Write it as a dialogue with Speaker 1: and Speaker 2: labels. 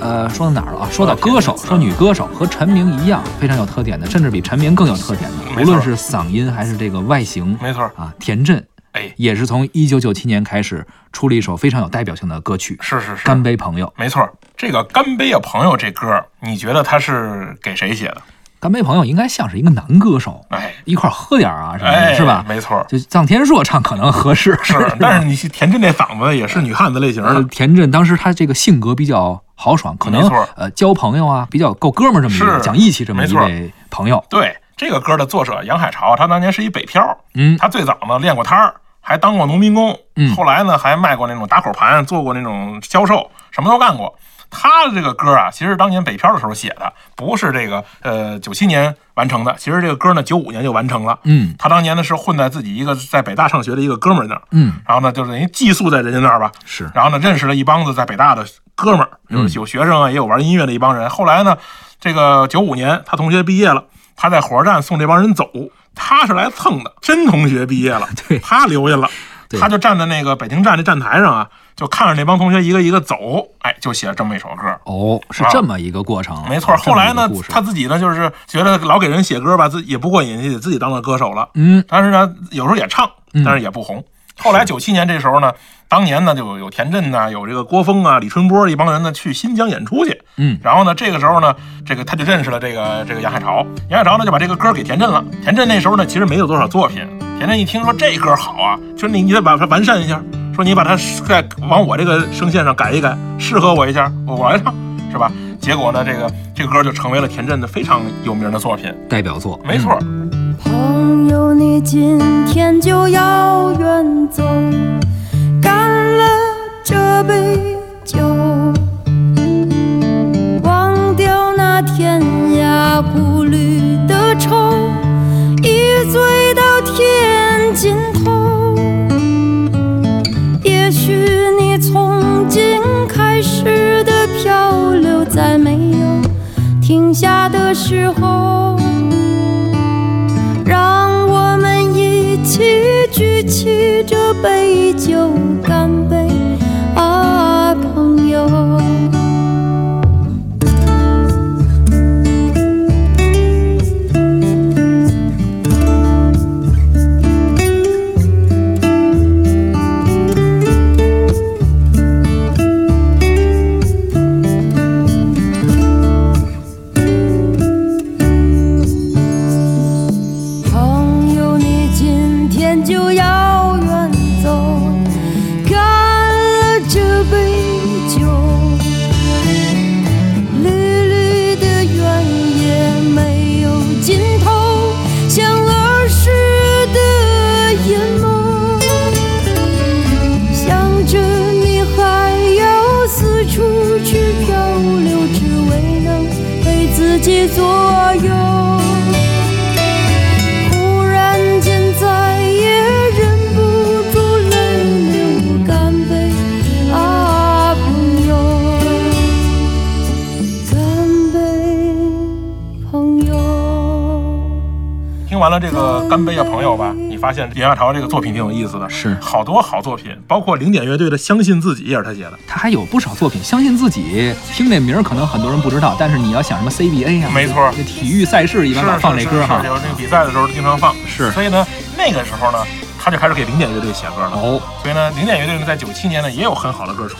Speaker 1: 呃，说到哪儿了啊？说到歌手，说女歌手和陈明一样非常有特点的，甚至比陈明更有特点的，
Speaker 2: 没错
Speaker 1: 无论是嗓音还是这个外形
Speaker 2: 没错儿，
Speaker 1: 啊，田震
Speaker 2: 哎，
Speaker 1: 也是从一九九七年开始出了一首非常有代表性的歌曲《
Speaker 2: 是是是，
Speaker 1: 干杯朋友》。
Speaker 2: 没错儿。这个《干杯啊朋友》这歌，你觉得他是给谁写的？
Speaker 1: 干杯朋友应该像是一个男歌手，
Speaker 2: 哎
Speaker 1: 一块儿喝点儿啊什么的，
Speaker 2: 哎，
Speaker 1: 是吧？
Speaker 2: 没错儿，
Speaker 1: 就臧天朔唱可能合适，
Speaker 2: 是。 但是你田震这嗓子也是女汉子类型
Speaker 1: 呃
Speaker 2: 的，
Speaker 1: 田震当时他这个性格比较豪爽，可能
Speaker 2: 没错
Speaker 1: 呃交朋友啊比较够哥们儿这么一个
Speaker 2: 是
Speaker 1: 讲义气这么
Speaker 2: 没
Speaker 1: 一
Speaker 2: 错
Speaker 1: 位朋友，
Speaker 2: 对。这个歌的作者杨海潮，他当年是一北漂，
Speaker 1: 嗯
Speaker 2: 他最早呢练过摊儿，还当过农民工，
Speaker 1: 嗯
Speaker 2: 后来呢还卖过那种打口盘，做过那种销售，什么都干过。他的这个歌啊，其实当年北漂的时候写的，不是这个呃九七年完成的，其实这个歌呢九五年就完成了。
Speaker 1: 嗯
Speaker 2: 他当年呢是混在自己一个在北大上学的一个哥们儿那儿，
Speaker 1: 嗯
Speaker 2: 然后呢就等于寄宿在人家那儿吧，
Speaker 1: 是，
Speaker 2: 然后呢，认识了一帮子在北大的哥们儿，有有学生啊，也有玩音乐的一帮人。后来呢，这个九五年他同学毕业了，他在火车站送这帮人走，他是来蹭的。真同学毕业了
Speaker 1: 对
Speaker 2: 他留下了，
Speaker 1: 对
Speaker 2: 他就站在那个北京站这站台上啊，就看着那帮同学一个一个走，哎，就写了这么一首歌。
Speaker 1: 哦是这么一个过程，
Speaker 2: 没错，
Speaker 1: 啊
Speaker 2: 后来呢
Speaker 1: 这么一个故，事
Speaker 2: 他自己呢就是觉得老给人写歌吧，自己也不过瘾，也自己当了歌手了。
Speaker 1: 嗯
Speaker 2: 但是呢，有时候也唱，
Speaker 1: 嗯
Speaker 2: 但是也不红。后来九七年这时候呢，当年呢就有有田震呐、有这个郭峰啊、李春波一帮人呢去新疆演出去。
Speaker 1: 嗯
Speaker 2: 然后呢，这个时候呢，这个他就认识了这个这个杨海潮，杨海潮呢就把这个歌给田震了。田震那时候呢其实没有多少作品，田震一听说这歌好啊，就你你得把它完善一下，说你把它再往我这个声线上改一改，适合我一下，我我来唱，是吧？结果呢，这个这个歌就成为了田震的非常有名的作品。
Speaker 1: 代表作
Speaker 2: 没错，
Speaker 3: 朋友，你今天就要远走，干了这杯酒，忘掉那天涯孤旅的愁，一醉到天尽头。也许你从今开始的漂流，在没有停下的时候。让我们一起举起这杯酒，干杯啊，朋友！朋友，你今天就要远走，干了这杯酒。绿绿的原野没有尽头，像儿时的眼眸。想着你还要四处去漂流，只为能被自己左右。忽然间，再也忍不住泪流，干杯啊，朋友！干杯，朋友！
Speaker 2: 听完了这个《干杯啊，朋友》吧，你发现杨亚潮这个作品挺有意思的，
Speaker 1: 是
Speaker 2: 好多好作品，包括零点乐队的《相信自己》也是他写的，
Speaker 1: 嗯他还有不少作品，相信自己。听这名儿可能很多人不知道，但是你要想什么 CBA 啊，
Speaker 2: 没错
Speaker 1: 这体育赛事一般老
Speaker 2: 是
Speaker 1: 放这歌哈
Speaker 2: 是是。有这个比赛的时候经常放，
Speaker 1: 是
Speaker 2: 所以呢，那个时候呢，他就开始给零点乐队写歌了，
Speaker 1: 哦，
Speaker 2: 所以呢，零点乐队呢在九七年呢也有很好的歌出